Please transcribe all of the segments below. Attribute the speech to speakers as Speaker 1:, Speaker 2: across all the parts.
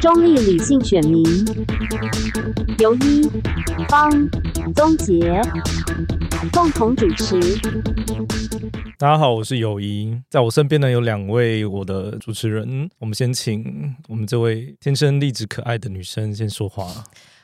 Speaker 1: 中立理性选民，由一方宗杰共同主持。
Speaker 2: 大家好，我是友谊，在我身边呢有两位我的主持人，我们先请我们这位天生丽质可爱的女生先说话。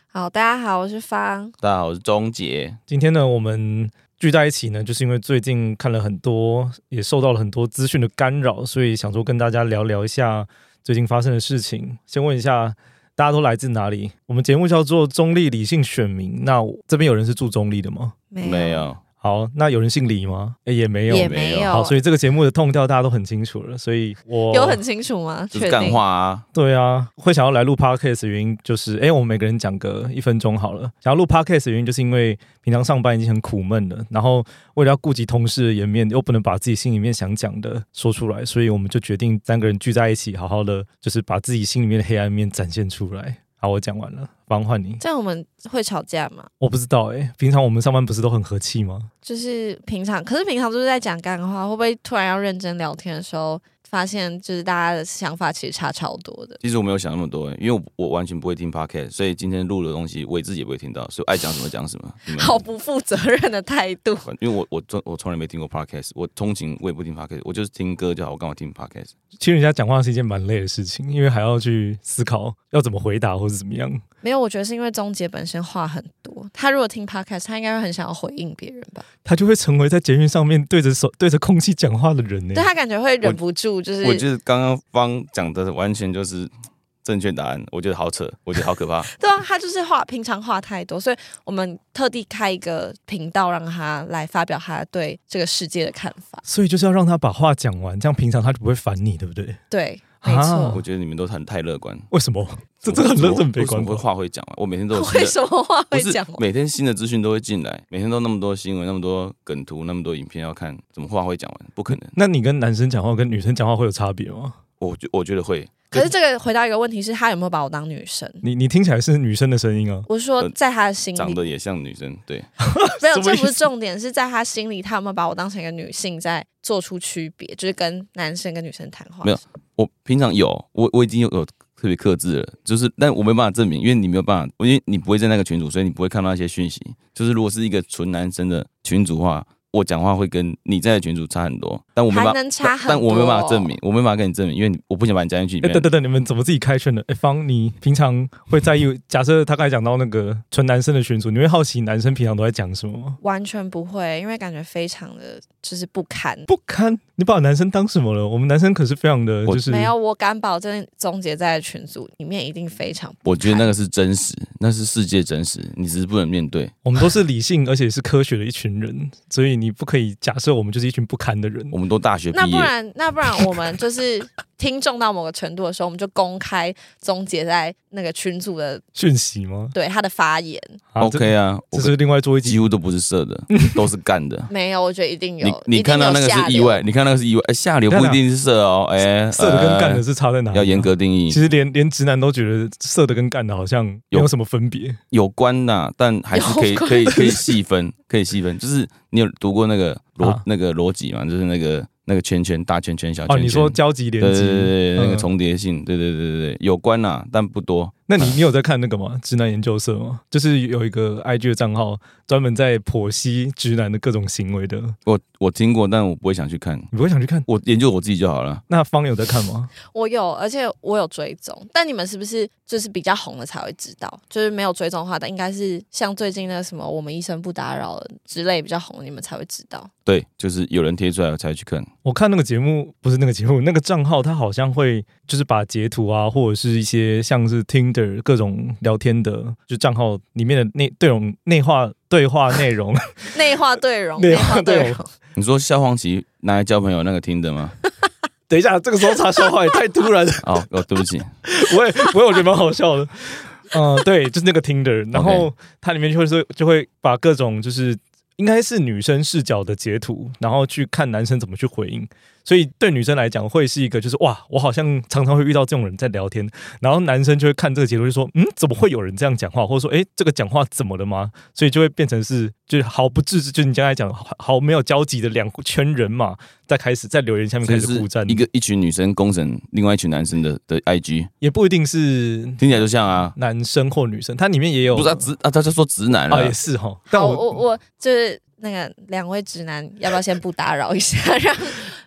Speaker 3: 好，大家好，我是方。
Speaker 4: 大家好，我是钟杰。
Speaker 2: 今天呢，我们聚在一起呢，就是因为最近看了很多，也受到了很多资讯的干扰，所以想说跟大家聊聊一下最近发生的事情。先问一下，大家都来自哪里？我们节目叫做中立理性选民，那这边有人是住中立的吗？
Speaker 3: 没
Speaker 4: 没有，
Speaker 2: 好，那有人姓李吗？诶也没有，
Speaker 3: 也没有。
Speaker 2: 好，所以这个哦节目的痛调大家都很清楚了，所以我
Speaker 3: 有很清楚吗？
Speaker 4: 就是
Speaker 3: 确
Speaker 4: 干
Speaker 3: 定。
Speaker 4: 话啊。
Speaker 2: 对啊，会想要来录 podcast 的原因就是，哎、我们每个人讲个一分钟好了。想要录 podcast 的原因就是因为平常上班已经很苦闷了，然后为了要顾及同事的颜面，又不能把自己心里面想讲的说出来，所以我们就决定三个人聚在一起，好好的就是把自己心里面的黑暗面展现出来。好，我讲完了，帮换你。
Speaker 3: 这样我们会吵架吗？
Speaker 2: 我不知道哎、诶平常我们上班不是都很和气吗？
Speaker 3: 就是平常，可是平常都是在讲干话，会不会突然要认真聊天的时候，发现就是大家的想法其实差超多的？
Speaker 4: 其实我没有想那么多、因为我我完全不会听 podcast，所以今天录的东西我也自己也不会听到，所以爱讲什么 讲什么。你们
Speaker 3: 好，不负责任的态度。
Speaker 4: 反因为我我从我从来没听过 podcast，我通勤我也不听 podcast，我就是听歌就好，我干嘛听 podcast？
Speaker 2: 其实人家讲话是一件蛮累的事情，因为还要去思考要怎么回答或者怎么样。
Speaker 3: 没有，我觉得是因为钟杰本身话很多，他如果听 podcast，他应该会很想要回应别人吧？
Speaker 2: 他就会成为在捷运上面对着手对着空气讲话的人呢、
Speaker 3: 对他感觉会忍不住，就是
Speaker 4: 我觉得刚刚方讲的完全就是正确答案，我觉得好扯，我觉得好 可怕。
Speaker 3: 对啊，他就是话平常话太多，所以我们特地开一个频道让他来发表他对这个世界的看法。
Speaker 2: 所以就是要让他把话讲完，这样平常他就不会烦你，对不对？
Speaker 3: 对，没
Speaker 2: 啊
Speaker 3: 错。
Speaker 4: 我觉得你们都很太乐观，
Speaker 2: 为什么？这这个很乐很悲观
Speaker 4: 为什么会
Speaker 2: 吧？
Speaker 4: 话会讲完，我每天都有新的
Speaker 3: 为什么话
Speaker 4: 不
Speaker 3: 会
Speaker 4: 是
Speaker 3: 讲完？哦
Speaker 4: 每天新的资讯都会进来，每天都那么多新闻，那么多梗图，那么多影片要看，怎么话会讲完？不可能。
Speaker 2: 那你跟男生讲话跟女生讲话会有差别吗？
Speaker 4: 我觉我觉得会，
Speaker 3: 可是这个回答一个问题是，他有没有把我当女生？
Speaker 2: 你你听起来是女生的声音啊？
Speaker 3: 我是说，
Speaker 4: 呃
Speaker 3: 在他的心
Speaker 4: 长
Speaker 3: 里，
Speaker 4: 得也像女生，对，
Speaker 3: 没有，
Speaker 2: 什么
Speaker 3: 这
Speaker 2: 意思
Speaker 3: 不是重点，是在他心里，他有没有把我当成一个女性在做出区别，就是跟男生跟女生谈话。
Speaker 4: 没有我平常有，我我已经有有特别克制了，就是，但我没办法证明，因为你没有办法，因为你不会在那个群组，所以你不会看到那些讯息。就是如果是一个纯男生的群组的话，我讲话会跟你在的群组差很多，但我没办法，
Speaker 3: 还能差很
Speaker 4: 但但我没办法
Speaker 3: 多哦
Speaker 4: 证明，我没办法跟你证明，因为你我不想把你加进去里
Speaker 2: 哎、
Speaker 4: 面。
Speaker 2: 等等等，你们怎么自己开圈的？哎、方，你平常会在意？ 假设他刚才讲到那个纯男生的群组，你会好奇男生平常都在讲什么吗？
Speaker 3: 完全不会，因为感觉非常的就是不堪。
Speaker 2: 不堪，你把男生当什么了？我们男生可是非常的，
Speaker 4: 我
Speaker 2: 就是
Speaker 3: 没有，我敢保证，钟杰在群组里面一定非常不
Speaker 4: 我觉得那
Speaker 3: 堪
Speaker 4: 个是真实，那是世界真实，你只是不能面对。
Speaker 2: 我们都是理性而且是科学的一群人，所以你不可以假设我们就是一群不堪的人。
Speaker 4: 我们都大学毕
Speaker 3: 那不
Speaker 4: 业，
Speaker 3: 然，那不然我们就是听众到某个程度的时候，我们就公开钟杰在那个群组的
Speaker 2: 讯息吗、
Speaker 3: 对他的发言。
Speaker 2: 啊这
Speaker 4: OK 啊，
Speaker 2: 这
Speaker 4: 我
Speaker 2: 是另外做一集
Speaker 4: 几乎都不是 色的，都是干的。
Speaker 3: 没有，我觉得一定有。
Speaker 4: 你
Speaker 3: 一
Speaker 4: 你
Speaker 3: 定
Speaker 4: 看
Speaker 3: 有
Speaker 4: 到那个
Speaker 3: 下
Speaker 4: 是意
Speaker 3: 流
Speaker 4: 外，，你看那个是意外，哎下流不一定是色哦，哎，
Speaker 2: 色的跟干的
Speaker 4: 呃
Speaker 2: 是差在哪里？啊
Speaker 4: 要严。格定义
Speaker 2: 其，实连连直男都觉得色的跟干的好像没有什么分别。
Speaker 4: 有关呐，但还是可以
Speaker 3: 有关
Speaker 4: 可以可以细分，可以细分，就是你有读过那个逻
Speaker 2: 啊
Speaker 4: 那个逻辑嘛，就是那个那个圈圈大圈圈小
Speaker 2: 哦，
Speaker 4: 圈圈，
Speaker 2: 你说交集
Speaker 4: 对
Speaker 2: 连
Speaker 4: 对
Speaker 2: 接，
Speaker 4: 对对对，那个
Speaker 2: 嗯
Speaker 4: 重叠性，对对对对对，有关呐，但不多。
Speaker 2: 那你你有在看那个吗？直男研究社吗？就是有一个 IG 的账号专门在剖析直男的各种行为的，
Speaker 4: 我我听过，但我不会想去看，
Speaker 2: 你不会想去看？
Speaker 4: 我研究我自己就好了。
Speaker 2: 那方有在看 吗？
Speaker 3: 我有，而且我有追踪。但你们是不是就是比较红了才会知道？就是没有追踪的话，但应该是像最近那个什么“我们医生不打扰”之类比较红，你们才会知道。
Speaker 4: 对，就是有人贴出来我才去看。
Speaker 2: 我看那个节目不是那个节目，那个账号它好像会就是把截图啊，或者是一些像是 Tinder 各种聊天的，就账号里面的内内容内化对话内 容，
Speaker 3: 内化对容，
Speaker 2: 内
Speaker 3: 内
Speaker 2: 化
Speaker 3: 化
Speaker 2: 对容
Speaker 3: 对容，
Speaker 4: 你说萧煌奇拿来交朋友那个听的吗？
Speaker 2: 等一下，这个时候插笑话也太突然了，
Speaker 4: 哦哦，对不起，
Speaker 2: 我也我也我觉得蛮好 笑的。嗯、对，就是那个 Tinder，然后它里面就会说，就会把各种就是应该是女生视角的截图，然后去看男生怎么去回应。所以对女生来讲会是一个就是哇，我好像常常会遇到这种人在聊天，然后男生就会看这个结论就说，嗯，怎么会有人这样讲话，或者说，诶，这个讲话怎么了吗？所以就会变成是就是毫不自知，就你刚才讲毫毫没有交集的两圈人嘛，在开始在留言下面
Speaker 4: 所
Speaker 2: 开
Speaker 4: 以
Speaker 2: 始
Speaker 4: 是
Speaker 2: 互战，
Speaker 4: 一个一群女生攻审另外一群男生的的 IG，
Speaker 2: 也不一定是
Speaker 4: 听起来就像啊，
Speaker 2: 男生或女生，它里面 也有
Speaker 4: 不是啊直啊，他就说直男
Speaker 2: 啊，
Speaker 4: 啊
Speaker 2: 也，是哈，但
Speaker 3: 好，
Speaker 2: 我
Speaker 3: 哦
Speaker 2: 嗯
Speaker 3: 我我就是那个两位直男，要不要先不打扰一下，让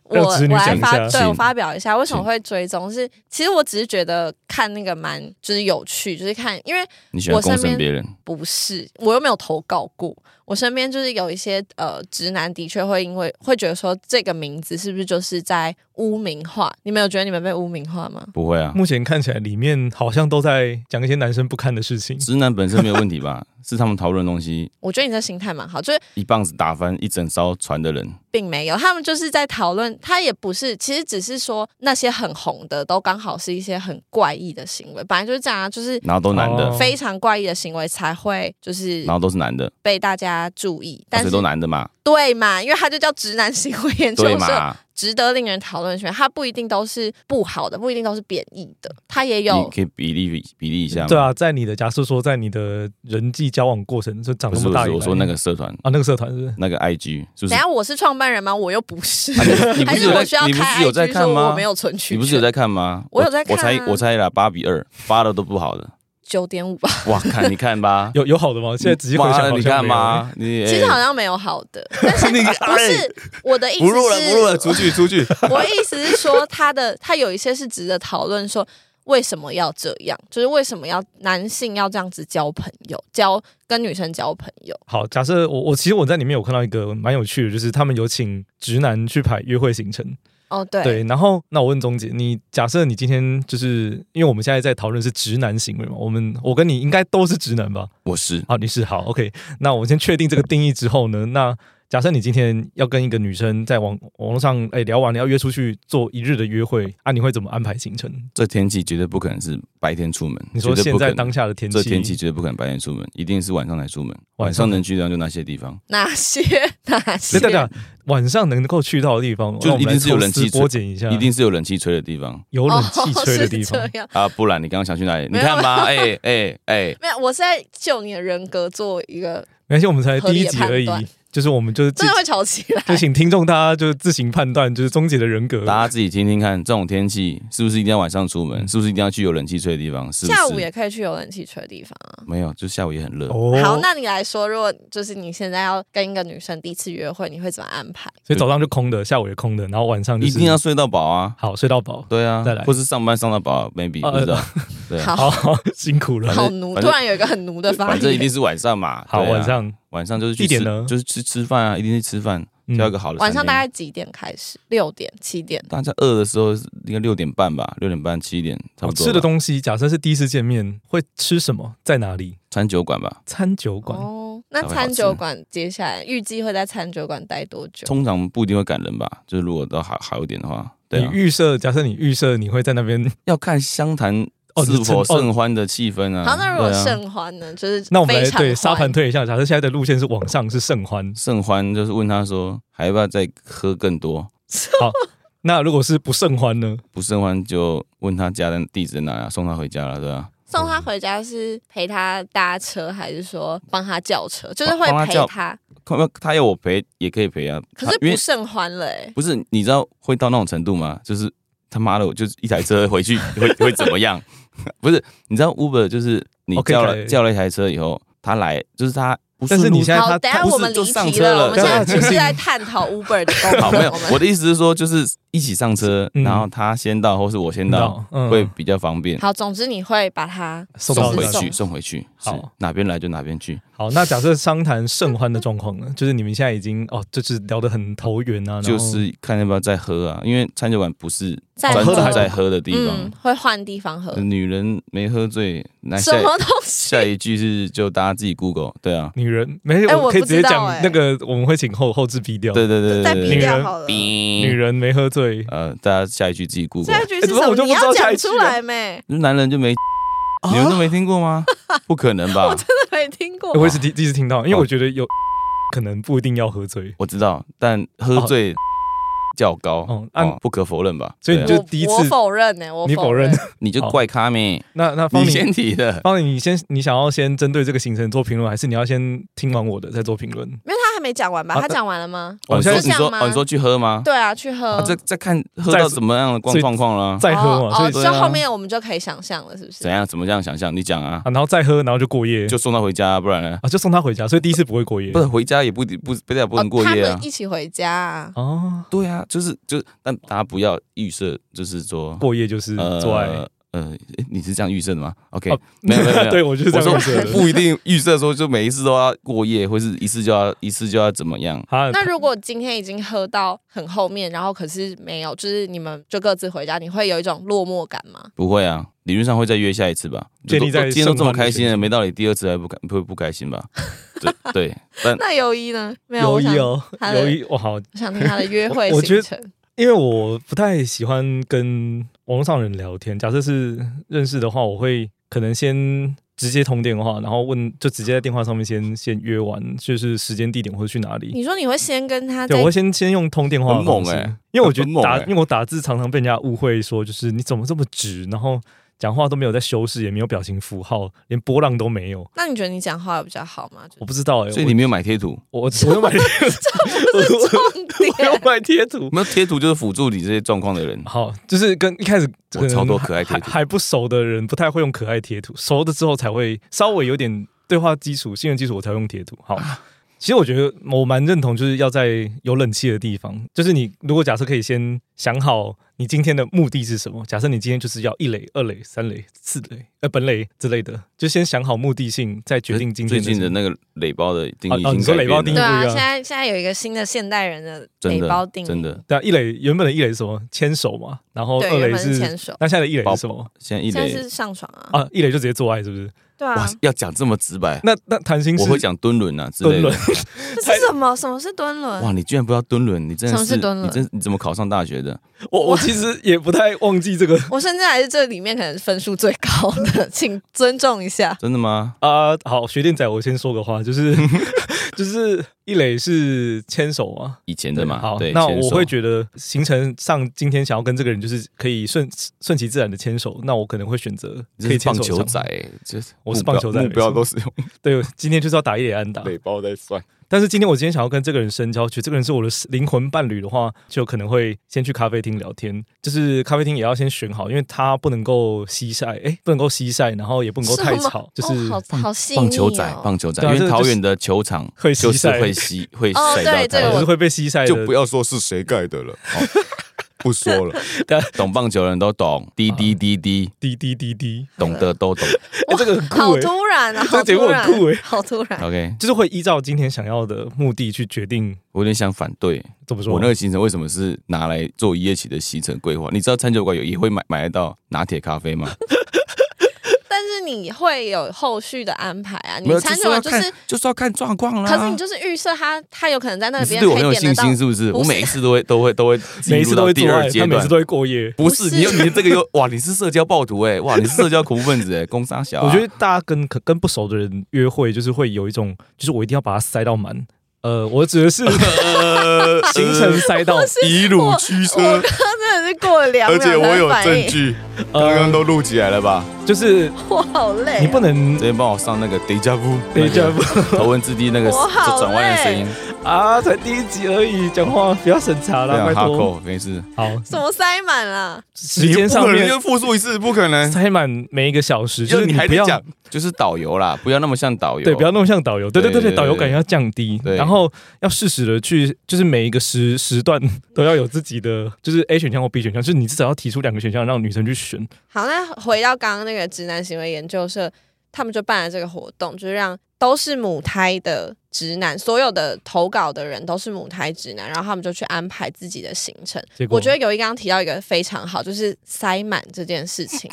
Speaker 3: 我
Speaker 2: 让直女
Speaker 3: 我来
Speaker 2: 讲一
Speaker 3: 发
Speaker 2: 下
Speaker 3: 对
Speaker 4: 请
Speaker 3: 我发表一下为什么会追踪？是其实我只是觉得看那个蛮就是有趣，就是看因为
Speaker 4: 你喜欢
Speaker 3: 我身
Speaker 4: 攻审
Speaker 3: 边
Speaker 4: 别人，
Speaker 3: 不是我又没有投稿过，我身边就是有一些呃直男的确会因为会觉得说这个名字是不是就是在污名化？你们有觉得你们被污名化吗？
Speaker 4: 不会啊，
Speaker 2: 目前看起来里面好像都在讲一些男生不堪的事情，
Speaker 4: 直男本身没有问题吧？是他们讨论的东西
Speaker 3: 我觉得你的心态蛮好，就是
Speaker 4: 一棒子打翻一整艘船的人，
Speaker 3: 并没有，他们就是在讨论，他也不是，其实只是说那些很红的都刚好是一些很怪异的行为，本来就是这样啊，就是
Speaker 4: 然后都男的
Speaker 2: 哦，
Speaker 3: 非常怪异的行为才会就是
Speaker 4: 然后都是男的，
Speaker 3: 被大家注意，
Speaker 4: 啊
Speaker 3: 但
Speaker 4: 谁
Speaker 3: 是
Speaker 4: 都男的嘛，
Speaker 3: 对嘛，因为他就叫直男行为研究
Speaker 4: 对
Speaker 3: 社，
Speaker 4: 嘛？
Speaker 3: 值得令人讨论圈，他不一定都是不好的，不一定都是贬义的，他也
Speaker 4: 你
Speaker 3: 有
Speaker 4: 可以比例比比例一下吗？
Speaker 2: 对，啊，在你的假设说，在你的人际交往过程，就长
Speaker 4: 不
Speaker 2: 那
Speaker 4: 是
Speaker 2: 么
Speaker 4: 不
Speaker 2: 大以
Speaker 4: 是，
Speaker 2: 来，
Speaker 4: 我说那个社团
Speaker 2: 啊，那个社团是不 是，
Speaker 4: 那个 IG 是不是
Speaker 3: 等一？下我是创办人吗？我又不是，
Speaker 4: 啊 你你不
Speaker 3: 还
Speaker 4: 是
Speaker 3: 是
Speaker 4: 有
Speaker 3: 我需要
Speaker 4: 在你不
Speaker 3: 开
Speaker 4: 是有在
Speaker 3: IG
Speaker 4: 看
Speaker 3: 说
Speaker 4: 吗？
Speaker 3: 我没有存取，
Speaker 4: 你不是有在看吗？
Speaker 3: 我有在看啊
Speaker 4: 我猜我猜啦，八比二，八的都不好的。
Speaker 3: 九点五吧？
Speaker 4: 哇，看你看吧
Speaker 2: 有有好的吗？现在仔细回
Speaker 4: 哇
Speaker 2: 想，
Speaker 4: 你看？吧，
Speaker 2: 啊
Speaker 4: 你哎
Speaker 3: 其实 好像没有好的，但是不是我的意思
Speaker 4: 不哎录了，
Speaker 3: 是
Speaker 4: 不录了，出去，出去。
Speaker 3: 我的意思是说，他的他有一些是值得讨论，说为什么要这样，就是为什么要男性要这样子交朋友，交跟女生交朋友。
Speaker 2: 好，假设我我其实我在里面有看到一个蛮有趣的，就是他们有请直男去排约会行程。
Speaker 3: 哦，对，
Speaker 2: 对，然后那我问钟姐，你假设你今天就是因为我们现在在讨论是直男行为嘛，我们我跟你应该都是直男吧？
Speaker 4: 我是
Speaker 2: 好，你是好，OK。那我们先确定这个定义之后呢，那假设你今天要跟一个女生在网网络上哎、聊完，你要约出去做一日的约会啊，你会怎么安排行程？
Speaker 4: 这天气绝对不可能是白天出门，
Speaker 2: 你说
Speaker 4: 绝对
Speaker 2: 现
Speaker 4: 不可
Speaker 2: 在
Speaker 4: 能
Speaker 2: 当下的天气，
Speaker 4: 这天气绝对不可能白天出门，一定是晚上才出门。
Speaker 2: 晚
Speaker 4: 晚
Speaker 2: 上
Speaker 4: 上能去的地方就那些地方，
Speaker 3: 哪些哪些
Speaker 2: 对对对，晚上能够去到的地方，哦
Speaker 4: 就
Speaker 2: 让我们
Speaker 4: 一定是有
Speaker 2: 来抽
Speaker 4: 冷气
Speaker 2: 丝
Speaker 4: 吹
Speaker 2: 剥茧一下，
Speaker 4: 一定是有冷气吹的地方
Speaker 2: 有冷气吹的地方。
Speaker 3: 哦、是这样。
Speaker 4: 啊，不然你刚刚想去哪里？
Speaker 3: 没
Speaker 4: 你
Speaker 3: 有
Speaker 4: 看吧，哎哎哎，
Speaker 3: 没有，我是在就你的人格做一个，
Speaker 2: 没关系，我们才第一集而已
Speaker 3: 合理的判断，
Speaker 2: 就是我们就是自
Speaker 3: 真的会吵起来。
Speaker 2: 就请听众大家就是自行判断，就是终结的人格。
Speaker 4: 大家自己听听看，这种天气是不是一定要晚上出
Speaker 2: 嗯
Speaker 4: 门？是不是一定要去有冷气吹的地方？是不是
Speaker 3: 下午也可以去有冷气吹的地方啊。
Speaker 4: 没有，就下午也很热。
Speaker 2: 哦
Speaker 3: 好，那你来说，如果就是你现在要跟一个女生第一次约会，你会怎么安排？
Speaker 2: 所以早上就空的，下午也空的，然后晚上就
Speaker 4: 一
Speaker 2: 是
Speaker 4: 定要睡到饱啊！
Speaker 2: 好睡到饱。
Speaker 4: 对啊
Speaker 2: 再来，
Speaker 4: 或是上班上到饱，maybe
Speaker 2: 呃
Speaker 4: 不 知道。对啊，
Speaker 3: 好
Speaker 2: 好辛苦了。
Speaker 3: 好
Speaker 4: 反正
Speaker 3: 奴，
Speaker 4: 反
Speaker 3: 突
Speaker 4: 正
Speaker 3: 然有一个很奴的发言。
Speaker 4: 反正一定是晚上嘛。
Speaker 2: 好，
Speaker 4: 对啊
Speaker 2: 晚上
Speaker 4: 晚上就是去
Speaker 2: 地点
Speaker 4: 吃
Speaker 2: 呢
Speaker 4: 就是去吃饭啊，一定是吃饭，
Speaker 2: 嗯
Speaker 4: 挑一个好的餐
Speaker 3: 晚
Speaker 4: 厅。
Speaker 3: 上大概几点开始？六点、七点？
Speaker 4: 大家饿的时候应该六点半吧，六点半七点差不多吧。
Speaker 2: 哦吃的东西，假设是第一次见面会吃什么，在哪里？
Speaker 4: 餐酒馆吧，
Speaker 2: 餐酒馆。
Speaker 3: 哦，那
Speaker 4: 才会好
Speaker 3: 餐
Speaker 4: 吃
Speaker 3: 酒馆接下来预计会在餐酒馆待多久？
Speaker 4: 通常不一定会赶人吧，就是如果到好好一点的话，对
Speaker 2: 你
Speaker 4: 啊，
Speaker 2: 预设，假设你预设你会在那 边，
Speaker 4: 要看湘潭
Speaker 2: 哦
Speaker 4: 是否
Speaker 2: 你是哦
Speaker 4: 盛欢的气氛啊。
Speaker 3: 好，那如果
Speaker 4: 对啊
Speaker 3: 盛欢呢？就是
Speaker 2: 那我们
Speaker 3: 非
Speaker 2: 来
Speaker 3: 常
Speaker 2: 对沙
Speaker 3: 欢
Speaker 2: 盘推一下，假设现在的路线是往上，是盛欢，
Speaker 4: 盛欢就是问他说还要不要再喝更多，
Speaker 2: 那如果是不盛欢呢？
Speaker 4: 不盛欢就问他家的地址在哪啊，送他回家了，对吧？
Speaker 3: 送他回家是陪他搭车，还是说帮他叫车？就是会
Speaker 4: 帮他
Speaker 3: 陪
Speaker 4: 叫
Speaker 3: 他，
Speaker 4: 看不他要我陪也可以陪啊，
Speaker 3: 可
Speaker 4: 他
Speaker 3: 是
Speaker 4: 因为
Speaker 3: 不盛欢了哎。
Speaker 4: 不是，你知道会到那种程度吗？就是他妈的，我就是一台车回去 会会怎么样？ 不是，你知道 Uber 就是你
Speaker 2: OK，
Speaker 4: 叫了
Speaker 2: 哦可以
Speaker 4: 叫了一台车以后，他来就是他不
Speaker 2: 但是你现在
Speaker 3: 好，
Speaker 2: 他
Speaker 3: 等一下
Speaker 4: 不是
Speaker 3: 我们离
Speaker 4: 就上
Speaker 3: 题
Speaker 4: 车了
Speaker 3: 我们现在
Speaker 2: 对啊
Speaker 3: 不是在探讨 Uber 的功
Speaker 4: 好
Speaker 3: 能
Speaker 4: 没有
Speaker 3: 我们，
Speaker 4: 我的意思是说，就是一起上车，
Speaker 2: 嗯
Speaker 4: 然后他先到或是我先到，
Speaker 2: 嗯
Speaker 4: 会比较方便，
Speaker 3: 好，总之你会把他
Speaker 2: 送
Speaker 4: 送
Speaker 2: 到
Speaker 4: 回
Speaker 2: 家
Speaker 4: 去送回去，是
Speaker 2: 好
Speaker 4: 哪边来就哪边去，
Speaker 2: 好，那假设商谈盛欢的状况呢？就是你们现在已经哦，就是聊得很投缘啊，然后
Speaker 4: 就是看要不要再喝啊，因为餐酒馆不是
Speaker 3: 再
Speaker 4: 专
Speaker 2: 喝的
Speaker 4: 注
Speaker 2: 还
Speaker 4: 在喝的地
Speaker 3: 嗯
Speaker 4: 方，
Speaker 3: 会换地方喝，
Speaker 4: 女人没喝醉，那下
Speaker 3: 嗯什么东西？
Speaker 4: 下一句是就大家自己 Google，对啊。
Speaker 2: 女人没有，
Speaker 3: 哎
Speaker 2: 我
Speaker 3: 我
Speaker 2: 可以直
Speaker 3: 不
Speaker 2: 接
Speaker 3: 知道
Speaker 2: 讲
Speaker 3: 哎
Speaker 2: 那个，我们会请后后置逼掉。
Speaker 4: 对对对
Speaker 5: 再
Speaker 4: 对对
Speaker 5: 逼
Speaker 4: 对，
Speaker 5: 掉好了。
Speaker 4: 女
Speaker 2: 女人没喝醉，
Speaker 3: 嗯
Speaker 4: 呃，大家下一句自己 Google，
Speaker 5: 这一句是
Speaker 2: 哎怎
Speaker 5: 什
Speaker 2: 么我
Speaker 5: 么？
Speaker 2: 就
Speaker 5: 你
Speaker 2: 不知道
Speaker 5: 要
Speaker 2: 下一
Speaker 5: 讲出
Speaker 2: 句了
Speaker 5: 来 没？
Speaker 4: 男人就没，
Speaker 2: 哦
Speaker 4: 你们都没听 过吗？不可能吧？
Speaker 5: 没听过
Speaker 2: 哎。我也是第第一次听到，因为我觉得有可能不一定要喝醉。
Speaker 4: 我知道，但喝醉较高，
Speaker 2: 哦
Speaker 4: 哦
Speaker 2: 啊
Speaker 4: 不可否认吧？
Speaker 2: 所以你
Speaker 4: 对啊
Speaker 2: 就第一次
Speaker 3: 我否认呢、我
Speaker 2: 你否认
Speaker 3: 认，
Speaker 4: 你就
Speaker 2: 好
Speaker 4: 怪咖妹，
Speaker 2: 那那方
Speaker 4: 你
Speaker 2: 你
Speaker 4: 先提的，
Speaker 2: 方你你先你想要先针对这个行程做评论，还是你要先听完我的再做评论？
Speaker 3: 没有他还没讲完吧？
Speaker 2: 啊
Speaker 3: 他讲完了吗？
Speaker 2: 我
Speaker 4: 哦你
Speaker 2: 现
Speaker 4: 说
Speaker 2: 在
Speaker 3: 是
Speaker 4: 你
Speaker 3: 这样
Speaker 4: 说
Speaker 3: 吗
Speaker 4: 哦你说去喝吗？
Speaker 3: 对啊，去喝
Speaker 4: 啊，这这看喝到怎么样的
Speaker 2: 呃所
Speaker 4: 状
Speaker 2: 以
Speaker 4: 状况了啊，
Speaker 2: 再喝嘛，
Speaker 3: 哦
Speaker 2: 所
Speaker 3: 哦，
Speaker 2: 以
Speaker 4: 对
Speaker 3: 所
Speaker 4: 啊
Speaker 3: 以后面我们就可以想象了，是不是
Speaker 4: 怎？样怎么这样想象？你讲啊
Speaker 2: 啊，，然后再喝，然后就过夜，
Speaker 4: 就送他回家啊，不然呢？
Speaker 2: 啊就送他回家，所以第一次不会过夜。
Speaker 4: 不是回家也不不不不不能过
Speaker 3: 哦，他
Speaker 4: 夜啊
Speaker 3: 们。一起回家、啊。
Speaker 2: 哦，
Speaker 4: 对啊，就是就是，但大家不要预设，就是说
Speaker 2: 过夜就是做爱。
Speaker 4: 呃呃，诶你是这样预设的吗？OK，
Speaker 2: 哦
Speaker 4: 没有没有没有
Speaker 2: 对我就是这
Speaker 4: 我
Speaker 2: 样
Speaker 4: 说
Speaker 2: 预设的。
Speaker 4: 不一定预设说就每一次都要过夜，或是一次就要一次就要怎么样。
Speaker 2: 啊，
Speaker 3: 那如果今天已经喝到很后面，然后可是没有，就是你们就各自回家，你会有一种落寞感吗？
Speaker 4: 不会啊，理论上会再约下一次吧。
Speaker 2: 建立
Speaker 4: 都
Speaker 2: 在
Speaker 4: 都今天都这么开心
Speaker 2: 圣
Speaker 4: 了，
Speaker 2: 光
Speaker 4: 没道理第二次还不开不不开 心吧？对对，但
Speaker 3: 那友谊呢？没有，
Speaker 2: 有
Speaker 3: 我想
Speaker 2: 意哦，
Speaker 3: 他的
Speaker 2: 有意我好，
Speaker 3: 我想听他的约会
Speaker 2: 我觉
Speaker 3: 行
Speaker 2: 得
Speaker 3: 程。
Speaker 2: 因为我不太喜欢跟网络上的人聊天。假设是认识的话，我会可能先直接通电话，然后问，就直接在电话上面先先约完，就是时间、地点或者去哪里。
Speaker 3: 你说你会先跟他在
Speaker 2: 对，我会先先用通电话的
Speaker 4: 很猛
Speaker 2: 方式，
Speaker 4: 欸
Speaker 2: 因为我觉得
Speaker 4: 很猛
Speaker 2: 打，
Speaker 4: 欸
Speaker 2: 因为我打字常常被人家误会说，就是你怎么这么直，然后讲话都没有在修饰，也没有表情符号，连波浪都没有。
Speaker 3: 那你觉得你讲话有比较好吗？就
Speaker 2: 我不知道哎、
Speaker 4: 所以你没有买贴图，
Speaker 2: 我我我有买，我
Speaker 4: 啊
Speaker 3: 重
Speaker 2: 我有
Speaker 3: 点，
Speaker 2: 买贴图，
Speaker 4: 没有贴图就是辅助你这些状况 的人。
Speaker 2: 好，就是跟一开始
Speaker 4: 我
Speaker 2: 可能
Speaker 4: 超多
Speaker 2: 还
Speaker 4: 可爱贴图
Speaker 2: 还还不熟的人不太会用可爱贴图，熟的之后才会稍微有点对话基础、信任基础，我才会用贴图。好，
Speaker 4: 啊
Speaker 2: 其实我觉得我蛮认同，就是要在有冷气的地方，就是你如果假设可以先想好你今天的目的是什么，假设你今天就是要一垒、二垒、三垒、四垒、呃本垒之类的，就先想好目的性，再决定今天
Speaker 4: 最
Speaker 2: 的
Speaker 4: 近的
Speaker 2: 事
Speaker 4: 那个垒包的定
Speaker 2: 啊
Speaker 4: 义已
Speaker 2: 啊
Speaker 4: 经
Speaker 2: 你说
Speaker 4: 改
Speaker 2: 垒包定
Speaker 4: 变
Speaker 2: 义
Speaker 3: 对
Speaker 2: 不一
Speaker 3: 啊，
Speaker 4: 了
Speaker 2: 样
Speaker 3: 现在现在有一个新的现代人的
Speaker 4: 真
Speaker 3: 垒包
Speaker 4: 的
Speaker 3: 定义，
Speaker 4: 真的，
Speaker 2: 对啊，一垒原本的一垒是什么？牵手嘛，然后
Speaker 3: 对
Speaker 2: 二
Speaker 3: 原
Speaker 2: 垒
Speaker 3: 本
Speaker 2: 是
Speaker 3: 是牵手
Speaker 2: 那现在的一垒
Speaker 4: 抱
Speaker 2: 是什么
Speaker 4: 现在一
Speaker 3: 现在
Speaker 4: 垒
Speaker 3: 是上床啊，
Speaker 2: 啊？一垒就直接做爱是不是？
Speaker 3: 对啊
Speaker 4: 哇，，要讲这么直白，
Speaker 2: 那那谈心
Speaker 4: 我
Speaker 2: 是
Speaker 4: 会讲蹲轮啊之类
Speaker 2: 蹲
Speaker 4: 的
Speaker 2: 轮。。
Speaker 3: 这是什么？什么是蹲
Speaker 4: 哇，
Speaker 3: 轮？
Speaker 4: 你居然不知道蹲轮，你真的
Speaker 3: 什么是蹲轮
Speaker 4: 你真你怎么考上大学的？
Speaker 2: 我我其实也不太忘记这个
Speaker 3: 我甚至还是这里面可能分数最高的，请尊重一下。
Speaker 4: 真的吗？
Speaker 2: 啊、好，学电仔，我先说个话，就是 就是一垒是牵手嘛，
Speaker 4: 以前的嘛，
Speaker 2: 好
Speaker 4: 对，，
Speaker 2: 那
Speaker 4: 牵手
Speaker 2: 我会觉得行程上今天想要跟这个人就是可以顺顺其自然的牵手，那我可能会选择
Speaker 4: 你
Speaker 2: 可以
Speaker 4: 是
Speaker 2: 牵手
Speaker 4: 棒球
Speaker 2: 的
Speaker 4: 仔
Speaker 2: 场合。
Speaker 4: 欸，就是
Speaker 2: 我是
Speaker 4: 目标
Speaker 2: 棒球仔
Speaker 4: 目标
Speaker 2: 没错
Speaker 4: 都是用
Speaker 2: 对，今天就是要打一垒安打。
Speaker 4: 垒包在算。
Speaker 2: 但是今天我今天想要跟这个人深交，觉得这个人是我的灵魂伴侣的话，就可能会先去咖啡厅聊天。就是咖啡厅也要先选好，因为他不能够西晒，哎、不能够西晒，然后也不能够太
Speaker 3: 什么
Speaker 2: 吵，就
Speaker 3: 哦
Speaker 2: 是
Speaker 3: 好好细腻哦
Speaker 4: 棒球仔，棒球仔，
Speaker 2: 对啊
Speaker 4: 因
Speaker 2: 这
Speaker 4: 为
Speaker 2: 个
Speaker 4: 桃
Speaker 2: 就是
Speaker 4: 园的球场
Speaker 2: 会
Speaker 4: 就
Speaker 2: 西
Speaker 4: 是
Speaker 2: 晒
Speaker 4: 会吸会
Speaker 3: 哦
Speaker 4: 晒
Speaker 3: 对
Speaker 4: 到
Speaker 3: 这个
Speaker 4: 太
Speaker 2: 就
Speaker 3: 我
Speaker 2: 是
Speaker 4: 阳，
Speaker 2: 会被西晒的。
Speaker 5: 就不要说是谁盖的 了，哦、不说了。
Speaker 2: 啊
Speaker 4: 懂棒球的人都懂，滴滴滴滴，
Speaker 2: 滴滴滴滴，
Speaker 4: 懂的都懂。
Speaker 2: 哎、这个很酷
Speaker 3: 好
Speaker 4: 欸
Speaker 2: 哎、
Speaker 3: 突然 啊！
Speaker 2: 这
Speaker 3: 好
Speaker 2: 个节
Speaker 3: 突
Speaker 2: 目
Speaker 3: 然，
Speaker 2: 很酷哎
Speaker 3: 好突然。
Speaker 4: OK，
Speaker 2: 就是会依照今天想要的目的去决定
Speaker 4: 我有点想反对，
Speaker 2: 怎么说。
Speaker 4: 我那个行程为什么是拿来做一夜情的行程规划？你知道餐酒馆有也会买买得到拿铁咖 啡吗？
Speaker 3: 但是你会有后续的安排啊，你
Speaker 4: 没有，
Speaker 3: 餐
Speaker 4: 是
Speaker 3: 酒
Speaker 4: 要
Speaker 3: 馆就
Speaker 4: 看
Speaker 3: 是，，
Speaker 4: 就是要看状况啦。
Speaker 3: 可是你就是预设他，他有可能在那
Speaker 4: 你是
Speaker 3: 边
Speaker 4: 对我很
Speaker 3: 可
Speaker 4: 有
Speaker 3: 以点得
Speaker 4: 信
Speaker 3: 到
Speaker 4: 心，是不是？我
Speaker 3: 不是
Speaker 4: 每一次都会都会都会
Speaker 2: 每
Speaker 4: 进
Speaker 2: 一
Speaker 4: 入
Speaker 2: 次都
Speaker 4: 到
Speaker 2: 会
Speaker 4: 第
Speaker 2: 做
Speaker 4: 二
Speaker 2: 爱，
Speaker 4: 阶
Speaker 2: 他每
Speaker 4: 段
Speaker 2: 次都。会过夜。
Speaker 4: 不是
Speaker 3: 不是
Speaker 4: 你又，你这个又 哇，你是社交暴徒哎、哇，你是社交恐怖分子哎、 工商小啊、
Speaker 2: 我觉得大家跟可跟不熟的人约会，就是会有一种，就是我一定要把它塞到满。呃，我指的 是行程塞到，
Speaker 4: 呃
Speaker 5: 以乳驱
Speaker 3: 我
Speaker 5: 车，
Speaker 3: 刚刚真的是过了两
Speaker 5: 而
Speaker 3: 秒
Speaker 5: 且我有
Speaker 3: 才反应
Speaker 5: 证，据，刚刚
Speaker 2: 呃，
Speaker 5: 都录起来了吧？
Speaker 2: 就是
Speaker 3: 我好
Speaker 4: 哎
Speaker 3: 累啊、
Speaker 2: 你不能
Speaker 4: 直接帮我上那个 Deja Vu，
Speaker 2: 等一下
Speaker 4: 头文字 D 那个
Speaker 3: 我好
Speaker 4: 转弯的声音，
Speaker 2: 啊，才第一集而已，讲话不要审查
Speaker 4: 非
Speaker 2: 啦，
Speaker 4: 常
Speaker 2: 拜托。
Speaker 4: hardcore，没事。
Speaker 2: 好，
Speaker 3: 怎么塞满啊了？
Speaker 2: 时间上
Speaker 5: 不可能
Speaker 2: 面
Speaker 5: 又复述一次，不可能。
Speaker 2: 塞满每一个小时，就是
Speaker 4: 你还
Speaker 2: 不
Speaker 4: 得
Speaker 2: 要
Speaker 4: 讲，就是导游啦，不要那么像导游。
Speaker 2: 对，不要弄像导游。对对对
Speaker 4: 对
Speaker 2: 对，
Speaker 4: 对
Speaker 2: 导游感要降低，
Speaker 4: 对
Speaker 2: 然后要适时的去，就是每一个时时 段都要有自己的，就是 A 选项或 B 选项，就是你至少要提出两个选项让女生去选。
Speaker 3: 好，那回到刚刚那个直男行为研究社，他们就办了这个活动，就是让都是母胎的直男，所有的投稿的人都是母胎直男，然后他们就去安排自己的行程。
Speaker 2: 结果
Speaker 3: 我觉得有一刚刚提到一个非常好，就是塞满这件事情，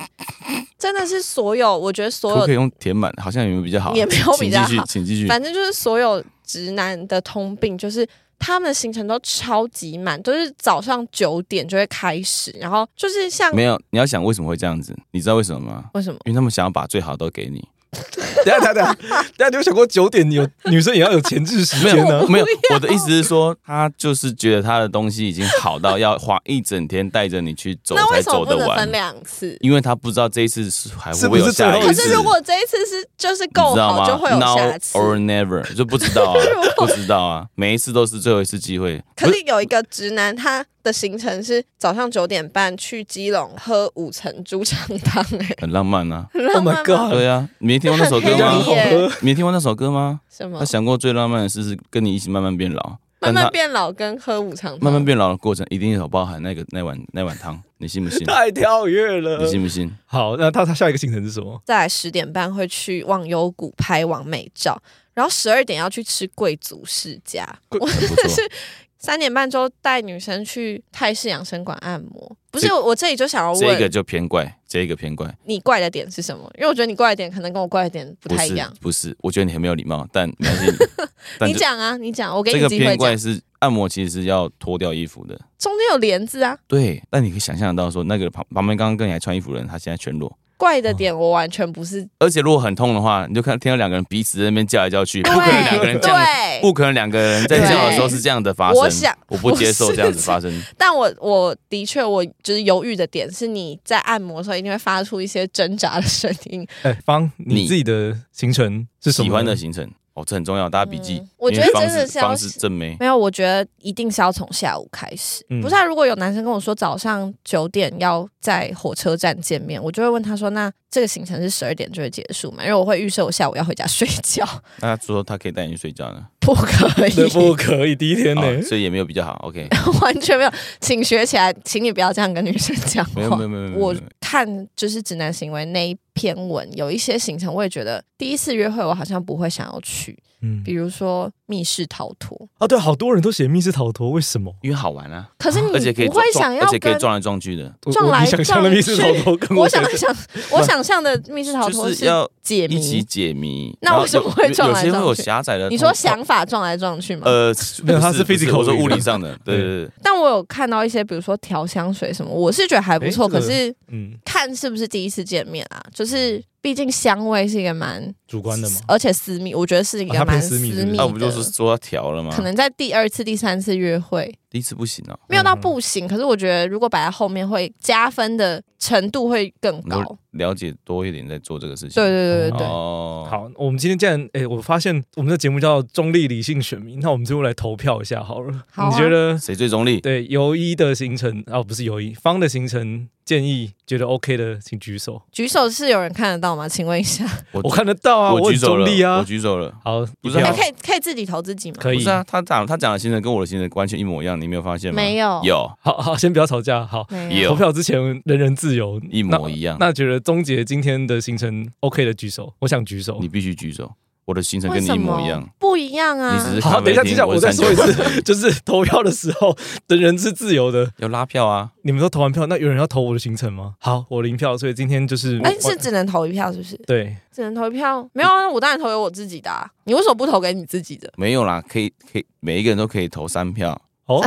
Speaker 3: 真的是所有，我觉得所
Speaker 4: 可不可以
Speaker 3: 有，
Speaker 4: 用填满？好像有没有比较好？啊
Speaker 3: 也没有比较好
Speaker 4: 请继续，请继续。
Speaker 3: 反正就是所有直男的通病，就是他们的行程都超级满，都、是早上九点就会开始，然后就是像
Speaker 4: 没有，你要想为什么会这样子？你知道为什么吗？
Speaker 3: 为什么？
Speaker 4: 因为他们想要把最好都给你。
Speaker 2: 等一下等一下等一下，等一下你有想过九点有女生也要有前置时
Speaker 4: 没
Speaker 2: 间呢
Speaker 4: 有？没有，我的意思是说，他就是觉得他的东西已经好到要花一整天带着你去走
Speaker 3: 那为
Speaker 4: 才
Speaker 3: 什么
Speaker 4: 走
Speaker 3: 不
Speaker 4: 得
Speaker 3: 能
Speaker 4: 完
Speaker 3: 分，两次？
Speaker 4: 因为他不知道这一次是还会
Speaker 2: 是不
Speaker 4: 不会
Speaker 2: 是
Speaker 4: 有下
Speaker 2: 最后
Speaker 4: 一
Speaker 2: 一
Speaker 3: 可
Speaker 2: 次
Speaker 3: 是如果这一次是就是够
Speaker 4: 你知道
Speaker 3: 好，
Speaker 4: 吗
Speaker 3: 就会有
Speaker 4: Now
Speaker 3: 下次。
Speaker 4: or never 就不知道啊
Speaker 3: 如，
Speaker 4: 不知道啊，每一次都是最后一次机会。
Speaker 3: 可是有一个直男，他的行程是早上九点半去基隆喝五层猪肠汤、 哎，
Speaker 4: 很浪漫啊，
Speaker 2: ，Oh my god！
Speaker 4: 对啊，你没听过那首歌
Speaker 3: 很
Speaker 2: 这样
Speaker 3: 黑
Speaker 4: 吗
Speaker 2: 好？
Speaker 3: 耶
Speaker 2: 喝，
Speaker 4: 你没听过那首歌吗？
Speaker 3: 什么
Speaker 4: 他想过最浪漫的事是跟你一起慢慢变老，
Speaker 3: 慢
Speaker 4: 但
Speaker 3: 慢
Speaker 4: 他
Speaker 3: 变嗯老跟喝五常汤
Speaker 4: 慢慢变老的过程一定有包含那个那碗那碗汤，你信不信？
Speaker 2: 太跳跃了
Speaker 4: 你。信 不信？
Speaker 2: 好，那他他下一个行程是什么？
Speaker 3: 再来十点半会去忘忧谷拍完美照，然后十二点要去吃贵族世家，
Speaker 4: 很不错。
Speaker 3: 三点半之后带女生去泰式养生馆按摩。不是我，我这里就想要
Speaker 4: 这个
Speaker 3: 问
Speaker 4: 就偏怪，这个偏怪，
Speaker 3: 你怪的点是什么？因为我觉得你怪的点可能跟我怪的点不
Speaker 4: 不
Speaker 3: 太一
Speaker 4: 是
Speaker 3: 样。
Speaker 4: 不是，我觉得你很没有礼貌， 但没关系。但
Speaker 3: 你
Speaker 4: 就
Speaker 3: 讲啊，你讲，我给
Speaker 4: 这
Speaker 3: 你
Speaker 4: 个
Speaker 3: 机会
Speaker 4: 偏怪
Speaker 3: 讲。
Speaker 4: 是按摩，其实是要脱掉衣服的。
Speaker 3: 中间有帘子啊，
Speaker 4: 对，但你可以想象到说，那个旁旁边刚刚跟你还穿衣服的人，他现在全裸，
Speaker 3: 怪的点我完全不是。
Speaker 4: 而且如果很痛的话，你就看听到两个人彼此在那边叫来叫去，不可能两个
Speaker 3: 对
Speaker 4: 人这样子，
Speaker 3: 对，
Speaker 4: 不可能两个人在叫的时候是这样的发
Speaker 3: 哎对
Speaker 4: 生。
Speaker 3: 我想
Speaker 4: 我不接受这样子发生。
Speaker 3: 但我我的确我就是犹豫的点是你在按摩的时候一定会发出一些挣扎的声音，
Speaker 2: 哎，方，你
Speaker 4: 你
Speaker 2: 自己的行程是什么？
Speaker 4: 喜欢的行程哦，这很重要，大家笔记。
Speaker 3: 嗯我觉得
Speaker 4: 因为方
Speaker 3: 真的
Speaker 4: 式
Speaker 3: 是要
Speaker 4: 方式正妹
Speaker 3: 没有，我觉得一定是要从下午开始。
Speaker 2: 嗯
Speaker 3: 不是、啊，如果有男生跟我说早上九点要在火车站见面，我就会问他说：“那这个行程是十二点就会结束嘛？”因为我会预设我下午要回家睡觉，
Speaker 4: 那他说他可以带你去睡觉呢，
Speaker 3: 不可以
Speaker 2: 对，，不可以，第一天呢？
Speaker 4: 哦所以也没有比较好。OK，
Speaker 3: 完全没有。请学起来，请你不要这样跟女生讲话。
Speaker 4: 没有没有没有没有，
Speaker 3: 我
Speaker 4: 没有
Speaker 3: 看就是直男行为那一篇文，有一些行程，我也觉得第一次约会我好像不会想要去，
Speaker 2: 嗯，
Speaker 3: 比如说密室逃脱。
Speaker 2: 啊，对，好多人都写密室逃脱，为什么？
Speaker 4: 因为好玩啊，
Speaker 3: 可是你
Speaker 4: 而且可以
Speaker 3: 不会
Speaker 4: 撞
Speaker 3: 想要
Speaker 4: 而且可以
Speaker 3: 跟
Speaker 4: 撞来撞去的，
Speaker 2: 我
Speaker 3: 撞
Speaker 2: 我
Speaker 3: 来
Speaker 2: 你想象的
Speaker 3: 撞
Speaker 2: 密室
Speaker 3: 去
Speaker 2: 逃脱跟
Speaker 3: 我
Speaker 2: 想
Speaker 3: 想
Speaker 2: 象
Speaker 3: 想，我想象的密室逃脱
Speaker 4: 就是要
Speaker 3: 解
Speaker 4: 一起
Speaker 3: 谜。
Speaker 4: 解谜。
Speaker 3: 那
Speaker 4: 然后
Speaker 3: 为什么
Speaker 4: 有
Speaker 3: 会撞
Speaker 4: 有
Speaker 3: 来
Speaker 4: 些会
Speaker 3: 撞
Speaker 4: 有
Speaker 3: 去
Speaker 4: 狭窄的通？
Speaker 3: 你说想法撞来撞去吗？
Speaker 4: 呃，
Speaker 2: 没有
Speaker 4: 不
Speaker 2: 它是
Speaker 4: 不
Speaker 2: physical
Speaker 4: 我说
Speaker 2: 的
Speaker 4: 物理上的，对对对。
Speaker 3: 但我有看到一些，比如说调香水什么，我是觉得还不错。
Speaker 2: 诶这
Speaker 3: 可
Speaker 2: 个
Speaker 3: 是
Speaker 2: 嗯，
Speaker 3: 看是不是第一次见面啊？就是毕竟香味是一个蛮，
Speaker 2: 主观的嘛。
Speaker 3: 而且私密，我觉得是一
Speaker 2: 啊
Speaker 3: 个
Speaker 2: 它
Speaker 3: 蛮
Speaker 2: 偏
Speaker 3: 私
Speaker 2: 私密
Speaker 3: 密
Speaker 2: 是不是
Speaker 3: 的。
Speaker 4: 那、我不就是说要调了吗？
Speaker 3: 可能在第二次、第三次约会
Speaker 4: 第一次不行哦、
Speaker 3: 没有到不行，可是我觉得如果摆在后面会加分的程度会更
Speaker 4: 我们
Speaker 3: 高
Speaker 4: 都。了解多一点再做这个事情。
Speaker 3: 对对对对对，
Speaker 4: 哦，
Speaker 2: 好，我们今天既然哎、我发现我们的节目叫中立理性选民，那我们最后来投票一下好了。
Speaker 3: 好啊
Speaker 2: 你觉得
Speaker 4: 谁最中立？
Speaker 2: 对游一的行程啊，不是游一方的行程建议，觉得 OK 的请举手。
Speaker 3: 举手是有人看得到吗？请问一下，
Speaker 4: 我
Speaker 2: 我看得到啊，我
Speaker 4: 我举
Speaker 2: 很
Speaker 4: 手
Speaker 2: 中
Speaker 4: 了，
Speaker 2: 立啊
Speaker 4: 我。举手了。
Speaker 2: 好，
Speaker 4: 不
Speaker 2: 一
Speaker 4: 是
Speaker 2: 票
Speaker 3: 哎
Speaker 4: 啊
Speaker 3: 你可以可以自己投自己吗？
Speaker 2: 可
Speaker 4: 不
Speaker 2: 以
Speaker 4: 是。啊，他讲他讲的行程跟我的行程完全一模一样，你没有发现吗？
Speaker 3: 没有
Speaker 4: 有
Speaker 2: 好好，先不要吵架。好，
Speaker 3: 没
Speaker 4: 也有
Speaker 2: 投票之前人人自由，
Speaker 4: 一模一样
Speaker 2: 那。那觉得钟杰今天的行程 OK 的举手，我想举手
Speaker 4: 你。必须举手，我的行程
Speaker 3: 为
Speaker 4: 跟你
Speaker 3: 什
Speaker 4: 一
Speaker 3: 么
Speaker 4: 模一样。
Speaker 3: 不一样啊！
Speaker 4: 你只是
Speaker 2: 嗯好，
Speaker 4: 咖
Speaker 2: 等
Speaker 4: 啡
Speaker 2: 一下，等
Speaker 4: 厅
Speaker 2: 一下，我
Speaker 4: 我是
Speaker 2: 再
Speaker 4: 餐
Speaker 2: 说一
Speaker 4: 酒馆
Speaker 2: 次，就是投票的时候，人人是自由的。
Speaker 4: 要拉票啊！？
Speaker 2: 你们都投完票，那有人要投我的行程吗？好，我零票，所以今天就是，
Speaker 3: 哎，是只能投一票，是不是？
Speaker 2: 对，
Speaker 3: 只能投一票？没有啊，我当然投给我自己的、啊。你为什么不投给你自己的
Speaker 4: 没有啦，可以可以，每一个人都可以投三票，
Speaker 2: 哦，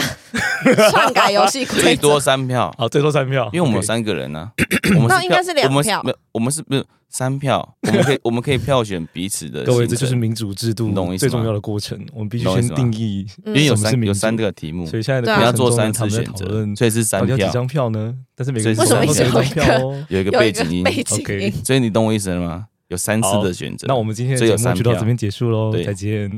Speaker 3: 篡改游戏规则
Speaker 4: 最多三票，
Speaker 2: 好，最多三票，
Speaker 4: 因为我们
Speaker 2: 哦
Speaker 4: 有
Speaker 2: OK
Speaker 4: 三个人呢、啊，我们
Speaker 3: 那
Speaker 4: 是
Speaker 3: 应该是两
Speaker 4: 我们是
Speaker 3: 票
Speaker 4: 没有，我们是不是三票？我们可以我们可以票选彼此的行程，
Speaker 2: 各位，这就是民主制度
Speaker 4: 你懂我意思
Speaker 2: 最
Speaker 4: 吗
Speaker 2: 重要的过程，我们必须
Speaker 4: 懂我
Speaker 2: 先
Speaker 4: 意思吗
Speaker 2: 定义，
Speaker 4: 因为有
Speaker 2: 什么是
Speaker 4: 三
Speaker 2: 民主
Speaker 4: 有三个题目，
Speaker 2: 所以现在的
Speaker 3: 对啊
Speaker 2: 过
Speaker 4: 你要
Speaker 2: 程
Speaker 4: 做
Speaker 2: 中呢
Speaker 4: 三
Speaker 2: 他们
Speaker 4: 次
Speaker 2: 在
Speaker 4: 选
Speaker 2: 讨
Speaker 4: 择
Speaker 2: 论，
Speaker 4: 所以是三
Speaker 2: 到底要几
Speaker 4: 票，
Speaker 2: 张票呢？但是每个人
Speaker 4: 所以是
Speaker 2: 手上都只有一张
Speaker 3: 为什么一
Speaker 2: 票 哦。
Speaker 4: 有一个
Speaker 3: 有一
Speaker 4: 背
Speaker 3: 个
Speaker 4: 景音，
Speaker 3: 背景
Speaker 2: OK
Speaker 3: 音。
Speaker 4: 所以你懂我意思了吗？有三次的选择，
Speaker 2: 那我们今天的
Speaker 4: 所以有
Speaker 2: 节目
Speaker 4: 三
Speaker 2: 就到
Speaker 4: 票
Speaker 2: 这边结束喽，
Speaker 4: 对
Speaker 2: 再见。